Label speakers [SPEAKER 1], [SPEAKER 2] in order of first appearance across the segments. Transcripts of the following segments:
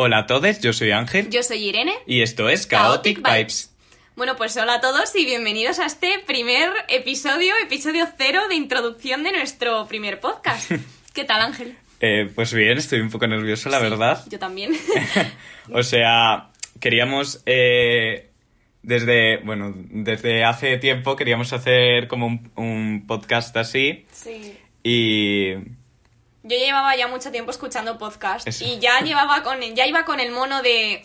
[SPEAKER 1] Hola a todos, yo soy Ángel
[SPEAKER 2] Yo soy Irene.
[SPEAKER 1] y esto es Chaotic
[SPEAKER 2] Chaotic Vibes.
[SPEAKER 1] Vibes.
[SPEAKER 2] Bueno, pues hola a todos y bienvenidos a este primer episodio, episodio cero de introducción de nuestro primer podcast. ¿Qué tal, Ángel?
[SPEAKER 1] Eh, pues bien, estoy un poco nervioso, la
[SPEAKER 2] Sí,
[SPEAKER 1] verdad.
[SPEAKER 2] Yo también.
[SPEAKER 1] O sea, queríamos eh, desde, bueno, desde hace tiempo queríamos hacer como un, un podcast así
[SPEAKER 2] sí.
[SPEAKER 1] y
[SPEAKER 2] Yo llevaba ya mucho tiempo escuchando podcast
[SPEAKER 1] Eso.
[SPEAKER 2] y ya llevaba con ya iba con el mono de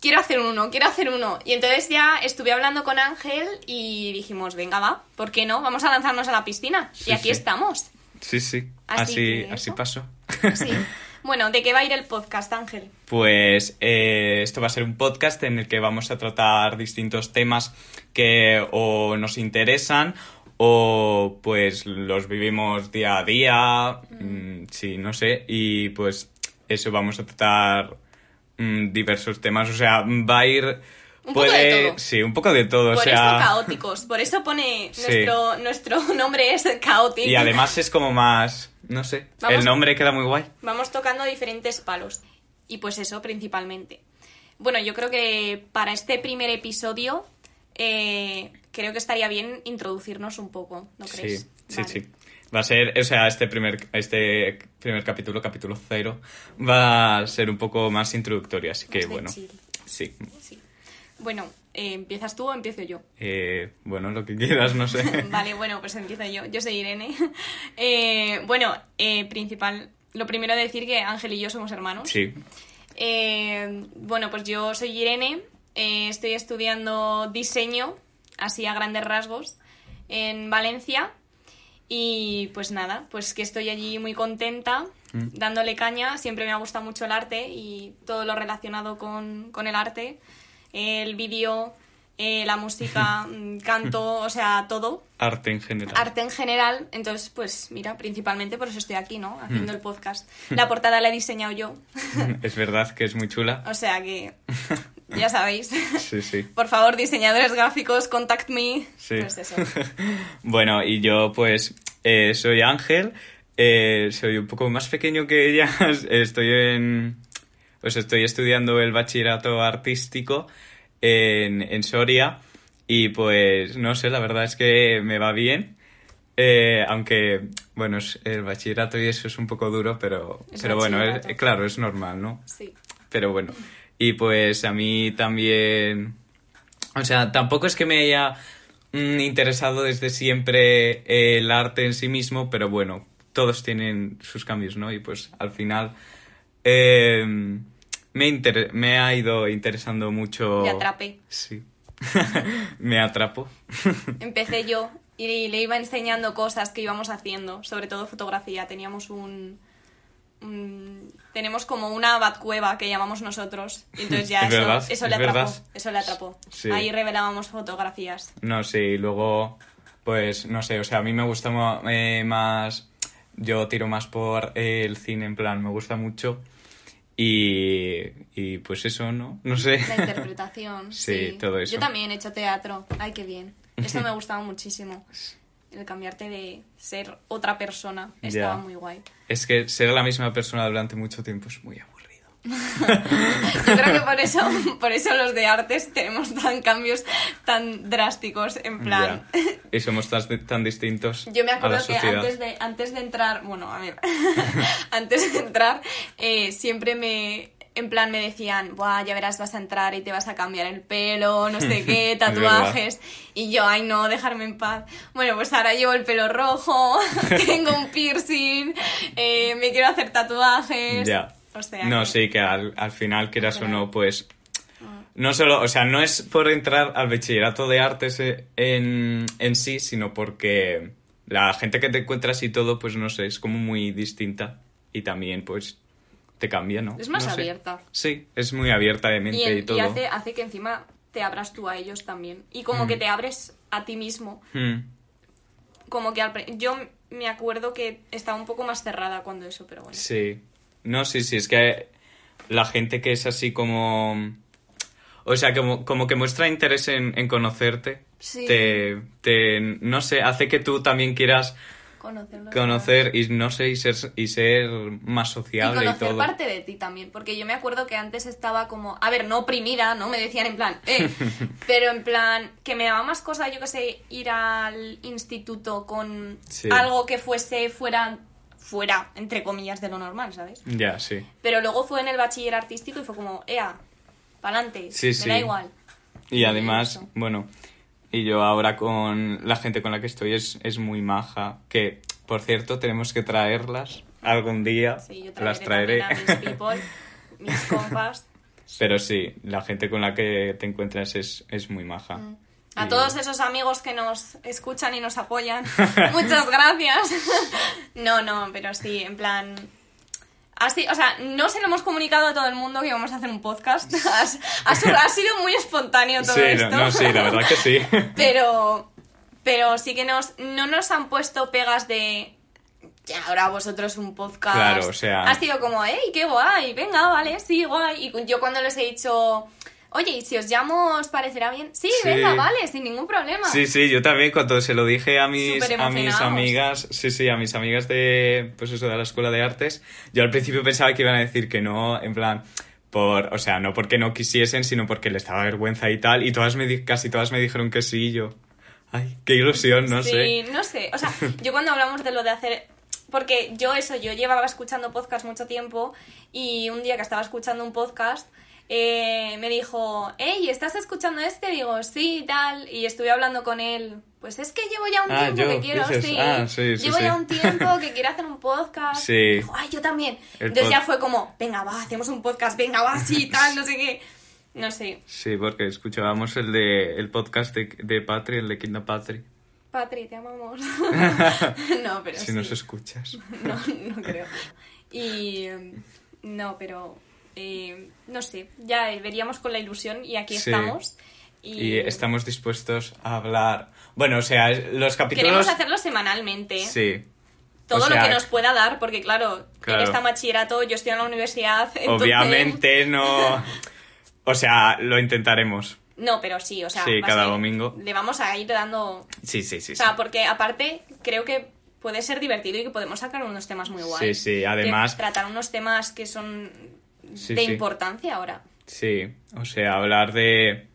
[SPEAKER 2] quiero hacer uno, quiero hacer uno. Y entonces ya estuve hablando con Ángel y dijimos, venga, va, ¿por qué no? Vamos a lanzarnos a la piscina.
[SPEAKER 1] Sí,
[SPEAKER 2] y aquí
[SPEAKER 1] sí.
[SPEAKER 2] estamos.
[SPEAKER 1] sí, sí,
[SPEAKER 2] Así
[SPEAKER 1] así,
[SPEAKER 2] que
[SPEAKER 1] así
[SPEAKER 2] eso.
[SPEAKER 1] pasó.
[SPEAKER 2] Sí. Bueno, ¿de qué va a ir el podcast, Ángel?
[SPEAKER 1] Pues eh, esto va a ser un podcast en el que vamos a tratar distintos temas que o nos interesan o pues los vivimos día a día, mm, sí, no sé, y pues eso vamos a tratar mm, diversos temas, o sea, va a ir...
[SPEAKER 2] Un poco de todo.
[SPEAKER 1] Sí, un poco de todo, o
[SPEAKER 2] por
[SPEAKER 1] sea...
[SPEAKER 2] eso caóticos, por eso pone
[SPEAKER 1] Sí.
[SPEAKER 2] nuestro, nuestro nombre es caótico.
[SPEAKER 1] Y además es como más, no sé,
[SPEAKER 2] Vamos-
[SPEAKER 1] el nombre queda muy guay.
[SPEAKER 2] Vamos tocando diferentes palos. Y pues eso, principalmente. Bueno, yo creo que para este primer episodio eh, creo que estaría bien introducirnos un poco, ¿no crees?
[SPEAKER 1] Sí, sí,
[SPEAKER 2] Vale.
[SPEAKER 1] sí. Va a ser, o sea, este primer, este primer capítulo, capítulo cero, va a ser un poco más introductorio, así que
[SPEAKER 2] Más de
[SPEAKER 1] bueno.
[SPEAKER 2] chill.
[SPEAKER 1] Sí.
[SPEAKER 2] Sí. Bueno, eh, ¿empiezas tú o empiezo yo?
[SPEAKER 1] Eh, bueno, lo que quieras, no sé.
[SPEAKER 2] Vale, bueno, pues empiezo yo. Yo soy Irene. Eh, bueno, eh, principal, lo primero decir que Ángel y yo somos hermanos.
[SPEAKER 1] Sí.
[SPEAKER 2] Eh, bueno, pues yo soy Irene, eh, estoy estudiando diseño, así a grandes rasgos, en Valencia. Y pues nada, pues que estoy allí muy contenta, dándole caña. Siempre me ha gustado mucho el arte y todo lo relacionado con, con el arte. El vídeo, eh, la música, mm, canto, o sea, todo.
[SPEAKER 1] Arte en general.
[SPEAKER 2] Arte en general. Entonces, pues mira, principalmente por eso estoy aquí, ¿no? Haciendo el podcast. La portada la he diseñado yo.
[SPEAKER 1] es verdad que es muy chula.
[SPEAKER 2] O sea que, ya sabéis.
[SPEAKER 1] Sí, sí.
[SPEAKER 2] Por favor, diseñadores gráficos, contact me.
[SPEAKER 1] Sí.
[SPEAKER 2] Pues eso.
[SPEAKER 1] Bueno, y yo pues eh, soy Ángel, eh, soy un poco más pequeño que ellas, estoy en... Pues estoy estudiando el bachillerato artístico en, en Soria y pues no sé, la verdad es que me va bien. eh, aunque, bueno, es- el bachillerato y eso es un poco duro, pero,
[SPEAKER 2] Es
[SPEAKER 1] pero bueno, es-
[SPEAKER 2] bachillerato.
[SPEAKER 1] claro, es normal, ¿no?
[SPEAKER 2] Sí.
[SPEAKER 1] Pero bueno, y pues a mí también... O sea, tampoco es que me haya mm, interesado desde siempre eh, el arte en sí mismo, pero bueno, todos tienen sus cambios, ¿no? Y pues al final eh, me, inter- me ha ido interesando mucho...
[SPEAKER 2] Me atrapé.
[SPEAKER 1] Sí. me atrapo.
[SPEAKER 2] Empecé yo y le iba enseñando cosas que íbamos haciendo, sobre todo fotografía. Teníamos un... un- tenemos como una batcueva que llamamos nosotros. Y entonces ya
[SPEAKER 1] Es
[SPEAKER 2] eso,
[SPEAKER 1] verdad,
[SPEAKER 2] eso
[SPEAKER 1] es
[SPEAKER 2] le atrapó.
[SPEAKER 1] verdad.
[SPEAKER 2] Eso le atrapó.
[SPEAKER 1] Sí.
[SPEAKER 2] Ahí revelábamos fotografías.
[SPEAKER 1] No sé, y luego, pues no sé, o sea, a mí me gusta mo- eh, más, yo tiro más por eh, el cine, en plan, me gusta mucho. Y, y pues eso, ¿no? No sé.
[SPEAKER 2] La interpretación.
[SPEAKER 1] Sí,
[SPEAKER 2] sí,
[SPEAKER 1] todo eso.
[SPEAKER 2] Yo también he hecho teatro. Ay, qué bien. Eso me gustaba muchísimo. El cambiarte de ser otra persona.
[SPEAKER 1] Ya.
[SPEAKER 2] Estaba muy guay.
[SPEAKER 1] Es que ser la misma persona durante mucho tiempo es muy aburrido.
[SPEAKER 2] Yo creo que por eso, por eso los de artes tenemos tan cambios tan drásticos. En plan.
[SPEAKER 1] Ya. Y somos tan, tan distintos
[SPEAKER 2] Yo me
[SPEAKER 1] a la
[SPEAKER 2] acuerdo que
[SPEAKER 1] sociedad.
[SPEAKER 2] antes de, antes de entrar, bueno, a ver, antes de entrar, eh, siempre me, en plan me decían, Buah, ya verás, vas a entrar y te vas a cambiar el pelo, no sé qué,
[SPEAKER 1] Es
[SPEAKER 2] tatuajes. Y yo, ay no, dejarme en paz. Bueno, pues ahora llevo el pelo rojo, tengo un piercing, eh, me quiero hacer tatuajes.
[SPEAKER 1] Ya.
[SPEAKER 2] O sea,
[SPEAKER 1] no,
[SPEAKER 2] que-
[SPEAKER 1] sí, que al, al final, quieras o
[SPEAKER 2] Claro.
[SPEAKER 1] no, pues.
[SPEAKER 2] Mm.
[SPEAKER 1] No solo, o sea, no es por entrar al bachillerato de artes eh, en, en sí, sino porque la gente que te encuentras y todo, pues no sé, es como muy distinta. Y también, pues, te cambia, ¿no?
[SPEAKER 2] Es más
[SPEAKER 1] No sé.
[SPEAKER 2] abierta.
[SPEAKER 1] Sí, es muy abierta de mente
[SPEAKER 2] Y,
[SPEAKER 1] y,
[SPEAKER 2] en- y
[SPEAKER 1] todo.
[SPEAKER 2] hace, hace que encima te abras tú a ellos también. Y como
[SPEAKER 1] Mm.
[SPEAKER 2] que te abres a ti mismo.
[SPEAKER 1] Hmm.
[SPEAKER 2] Como que al pre- yo me acuerdo que estaba un poco más cerrada cuando eso, pero bueno.
[SPEAKER 1] Sí. No, sí, sí, es que la gente que es así como... O sea, como, como que muestra interés en, en conocerte.
[SPEAKER 2] Sí.
[SPEAKER 1] Te, te, no sé, hace que tú también quieras
[SPEAKER 2] Conocerlo.
[SPEAKER 1] conocer y no sé, y ser, y ser más
[SPEAKER 2] Y
[SPEAKER 1] sociable y,
[SPEAKER 2] conocer
[SPEAKER 1] todo.
[SPEAKER 2] parte de ti también, porque yo me acuerdo que antes estaba como, a ver, no oprimida, ¿no? Me decían en plan, eh, pero en plan, que me daba más cosa, yo que sé, ir al instituto con
[SPEAKER 1] Sí.
[SPEAKER 2] algo que fuese fuera, fuera, entre comillas, de lo normal, ¿sabes?
[SPEAKER 1] Ya, sí.
[SPEAKER 2] Pero luego fue en el bachiller artístico y fue como, ea, pa'lante,
[SPEAKER 1] Sí,
[SPEAKER 2] me
[SPEAKER 1] sí.
[SPEAKER 2] da igual.
[SPEAKER 1] Y además,
[SPEAKER 2] eso.
[SPEAKER 1] bueno, y yo ahora con la gente con la que estoy es, es muy maja, que por cierto tenemos que traerlas algún día,
[SPEAKER 2] Sí, yo
[SPEAKER 1] las
[SPEAKER 2] traeré
[SPEAKER 1] traeré.
[SPEAKER 2] también a mis people, mis compas,
[SPEAKER 1] Pero sí, la gente con la que te encuentras es, es muy maja.
[SPEAKER 2] a
[SPEAKER 1] Y-
[SPEAKER 2] todos esos amigos que nos escuchan y nos apoyan. Muchas gracias. No, no, pero sí, en plan... Así, o sea, no se lo hemos comunicado a todo el mundo que vamos a hacer un podcast. Ha, ha su- ha sido muy espontáneo todo
[SPEAKER 1] Sí, no,
[SPEAKER 2] esto.
[SPEAKER 1] no, sí, la verdad que sí.
[SPEAKER 2] Pero, pero sí que nos, no nos han puesto pegas de. Ya, ahora vosotros un podcast.
[SPEAKER 1] Claro, o sea-
[SPEAKER 2] Ha sido como, ¡ey, qué guay! Venga, vale, sí, guay. Y cu- yo cuando les he dicho, oye, ¿y si os llamo os parecerá bien? Sí,
[SPEAKER 1] Sí.
[SPEAKER 2] venga, vale, sin ningún problema.
[SPEAKER 1] Sí, sí, yo también cuando se lo dije a mis,
[SPEAKER 2] Súper
[SPEAKER 1] a mis
[SPEAKER 2] emocionados.
[SPEAKER 1] amigas, sí, sí, a mis amigas de, pues eso, de la escuela de artes, yo al principio pensaba que iban a decir que no, en plan, por, o sea, no porque no quisiesen, sino porque les daba vergüenza y tal, y todas me, di- casi todas me dijeron que sí, y yo, ay, qué ilusión, no
[SPEAKER 2] Sí,
[SPEAKER 1] sé.
[SPEAKER 2] no sé. O sea, yo cuando hablamos de lo de hacer. Porque yo eso, yo llevaba escuchando podcast mucho tiempo y un día que estaba escuchando un podcast eh, me dijo, hey, ¿estás escuchando este? Digo, sí, tal. Y estuve hablando con él. Pues es que llevo ya un
[SPEAKER 1] Ah,
[SPEAKER 2] tiempo
[SPEAKER 1] yo,
[SPEAKER 2] que quiero,
[SPEAKER 1] dices,
[SPEAKER 2] sí.
[SPEAKER 1] ah, sí, sí,
[SPEAKER 2] llevo ya
[SPEAKER 1] sí.
[SPEAKER 2] un tiempo que quiero hacer un podcast.
[SPEAKER 1] Sí.
[SPEAKER 2] Dijo, ay, yo también.
[SPEAKER 1] El
[SPEAKER 2] Entonces ya
[SPEAKER 1] pod-
[SPEAKER 2] fue como, venga, va, hacemos un podcast, venga, va, sí, tal, no sé qué. No sé.
[SPEAKER 1] Sí, porque escuchábamos el de el podcast de, de Patri, el de Kidna Patri.
[SPEAKER 2] Patri, te amamos. no, pero
[SPEAKER 1] si
[SPEAKER 2] sí.
[SPEAKER 1] nos escuchas.
[SPEAKER 2] No, no creo. Y em, no, pero eh, no sé, ya eh, veríamos con la ilusión y aquí
[SPEAKER 1] Sí.
[SPEAKER 2] estamos. Y,
[SPEAKER 1] Y estamos dispuestos a hablar. Bueno, o sea, los capítulos.
[SPEAKER 2] queremos hacerlo semanalmente.
[SPEAKER 1] Sí.
[SPEAKER 2] Todo
[SPEAKER 1] O sea,
[SPEAKER 2] lo que nos pueda dar, porque claro,
[SPEAKER 1] Claro.
[SPEAKER 2] él está en bachillerato, yo estoy en la universidad. entonces-
[SPEAKER 1] Obviamente no. O sea, lo intentaremos.
[SPEAKER 2] No, pero sí, o sea.
[SPEAKER 1] Sí,
[SPEAKER 2] va a
[SPEAKER 1] cada
[SPEAKER 2] ser-
[SPEAKER 1] domingo.
[SPEAKER 2] Le vamos a ir dando.
[SPEAKER 1] Sí, sí, sí. sí.
[SPEAKER 2] O sea, porque aparte creo que puede ser divertido y que podemos sacar unos temas muy guays.
[SPEAKER 1] Sí, sí,
[SPEAKER 2] Que
[SPEAKER 1] además-
[SPEAKER 2] Tratar unos temas que son
[SPEAKER 1] Sí,
[SPEAKER 2] de
[SPEAKER 1] sí.
[SPEAKER 2] importancia ahora.
[SPEAKER 1] Sí, o sea, hablar de...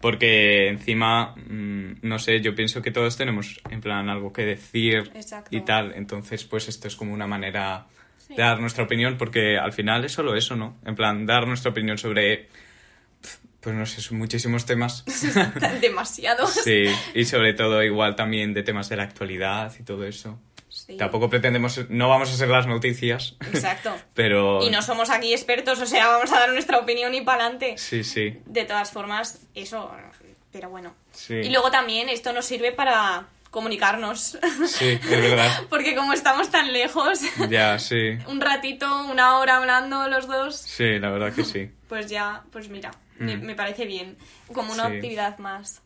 [SPEAKER 1] Porque encima, mm, no sé, yo pienso que todos tenemos en plan algo que decir
[SPEAKER 2] Exacto.
[SPEAKER 1] y tal. Entonces, pues esto es como una manera
[SPEAKER 2] Sí.
[SPEAKER 1] de dar nuestra opinión, porque al final es solo eso, ¿no? En plan, dar nuestra opinión sobre, pf, pues no sé, son muchísimos temas.
[SPEAKER 2] demasiados.
[SPEAKER 1] Sí, y sobre todo igual también de temas de la actualidad y todo eso.
[SPEAKER 2] Sí.
[SPEAKER 1] Tampoco pretendemos, ser- no vamos a ser las noticias,
[SPEAKER 2] Exacto.
[SPEAKER 1] pero...
[SPEAKER 2] Y no somos aquí expertos, o sea, vamos a dar nuestra opinión y pa'lante.
[SPEAKER 1] Sí, sí.
[SPEAKER 2] De todas formas, eso, pero bueno.
[SPEAKER 1] Sí.
[SPEAKER 2] Y luego también esto nos sirve para comunicarnos.
[SPEAKER 1] Sí, es verdad.
[SPEAKER 2] Porque como estamos tan lejos,
[SPEAKER 1] Ya, sí.
[SPEAKER 2] un ratito, una hora hablando los dos,
[SPEAKER 1] Sí, la verdad que sí.
[SPEAKER 2] pues ya, pues mira, me, me parece bien. Como una
[SPEAKER 1] Mm. Sí.
[SPEAKER 2] actividad más.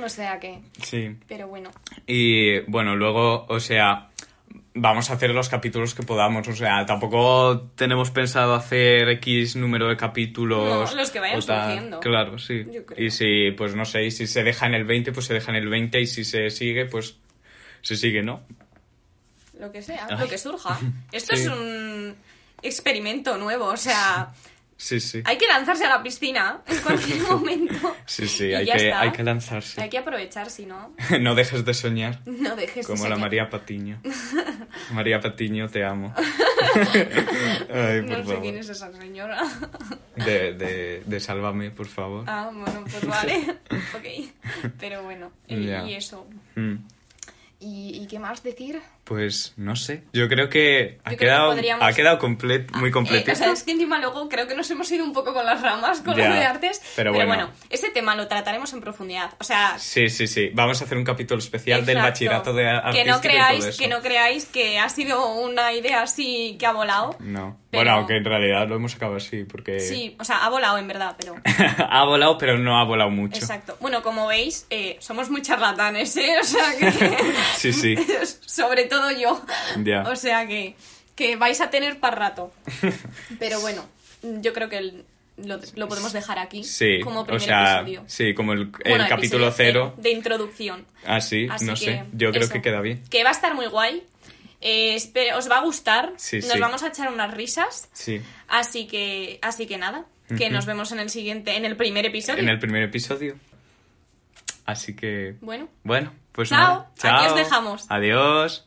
[SPEAKER 2] O sea que,
[SPEAKER 1] Sí.
[SPEAKER 2] pero bueno.
[SPEAKER 1] Y bueno, luego, o sea, vamos a hacer los capítulos que podamos. O sea, tampoco tenemos pensado hacer X número de capítulos.
[SPEAKER 2] No, los que vayan
[SPEAKER 1] o tal.
[SPEAKER 2] surgiendo.
[SPEAKER 1] Claro, sí.
[SPEAKER 2] Yo creo.
[SPEAKER 1] Y si, pues no sé, y si se deja en el 20, pues se deja en el 20. Y si se sigue, pues se sigue, ¿no?
[SPEAKER 2] lo que sea,
[SPEAKER 1] Ay.
[SPEAKER 2] lo que surja. Esto
[SPEAKER 1] Sí.
[SPEAKER 2] es un experimento nuevo, o sea,
[SPEAKER 1] Sí, sí.
[SPEAKER 2] hay que lanzarse a la piscina en cualquier momento.
[SPEAKER 1] Sí, sí,
[SPEAKER 2] Y
[SPEAKER 1] hay
[SPEAKER 2] ya
[SPEAKER 1] que,
[SPEAKER 2] está.
[SPEAKER 1] hay que lanzarse.
[SPEAKER 2] Hay que aprovechar, si no,
[SPEAKER 1] no dejes de soñar.
[SPEAKER 2] no dejes de
[SPEAKER 1] Como la
[SPEAKER 2] soñar.
[SPEAKER 1] María Patiño. María Patiño, te amo. Ay, por
[SPEAKER 2] No sé
[SPEAKER 1] favor.
[SPEAKER 2] quién es esa señora.
[SPEAKER 1] De, de, de Sálvame, por favor.
[SPEAKER 2] Ah, bueno, pues vale. ok. Pero bueno, y,
[SPEAKER 1] Ya.
[SPEAKER 2] y eso.
[SPEAKER 1] Mm,
[SPEAKER 2] ¿Y, y qué más decir?
[SPEAKER 1] Pues no sé. Yo creo que ha
[SPEAKER 2] creo que
[SPEAKER 1] quedado,
[SPEAKER 2] podríamos-
[SPEAKER 1] ha quedado complet- muy completito.
[SPEAKER 2] Eh, o sea, es que encima luego creo que nos hemos ido un poco con las ramas, con
[SPEAKER 1] Ya,
[SPEAKER 2] lo de artes.
[SPEAKER 1] pero bueno.
[SPEAKER 2] ese tema lo trataremos en profundidad. O sea,
[SPEAKER 1] Sí, sí, sí. Vamos a hacer un capítulo especial del
[SPEAKER 2] Exacto.
[SPEAKER 1] bachillerato de artístico
[SPEAKER 2] que no
[SPEAKER 1] y todo
[SPEAKER 2] creáis
[SPEAKER 1] eso.
[SPEAKER 2] que no creáis que ha sido una idea así que ha volado
[SPEAKER 1] No.
[SPEAKER 2] Pero-
[SPEAKER 1] Bueno, aunque en realidad lo hemos acabado así, porque
[SPEAKER 2] Sí, o sea, ha volado en verdad, pero...
[SPEAKER 1] ha volado, pero no ha volado mucho.
[SPEAKER 2] Exacto. Bueno, como veis, eh, somos muy charlatanes, ¿eh? O sea que...
[SPEAKER 1] Sí, sí.
[SPEAKER 2] Sobre todo yo.
[SPEAKER 1] Ya.
[SPEAKER 2] O sea que, que vais a tener para rato. Pero bueno, yo creo que el- lo, lo podemos dejar aquí.
[SPEAKER 1] Sí,
[SPEAKER 2] Como
[SPEAKER 1] o
[SPEAKER 2] primer
[SPEAKER 1] sea,
[SPEAKER 2] episodio.
[SPEAKER 1] sí, como el, el
[SPEAKER 2] Bueno,
[SPEAKER 1] capítulo
[SPEAKER 2] episodio
[SPEAKER 1] cero.
[SPEAKER 2] De introducción.
[SPEAKER 1] Así,
[SPEAKER 2] Así
[SPEAKER 1] no
[SPEAKER 2] que
[SPEAKER 1] sé. Yo creo
[SPEAKER 2] eso.
[SPEAKER 1] que queda bien.
[SPEAKER 2] Que va a estar muy guay. Eh, espero- os va a gustar.
[SPEAKER 1] Sí,
[SPEAKER 2] nos
[SPEAKER 1] sí.
[SPEAKER 2] vamos a echar unas risas.
[SPEAKER 1] Sí.
[SPEAKER 2] Así que, así que nada. Que nos vemos en el siguiente, en el primer episodio.
[SPEAKER 1] En el primer episodio. Así que.
[SPEAKER 2] Bueno.
[SPEAKER 1] Bueno, pues
[SPEAKER 2] Chao,
[SPEAKER 1] nada.
[SPEAKER 2] aquí os dejamos.
[SPEAKER 1] Adiós.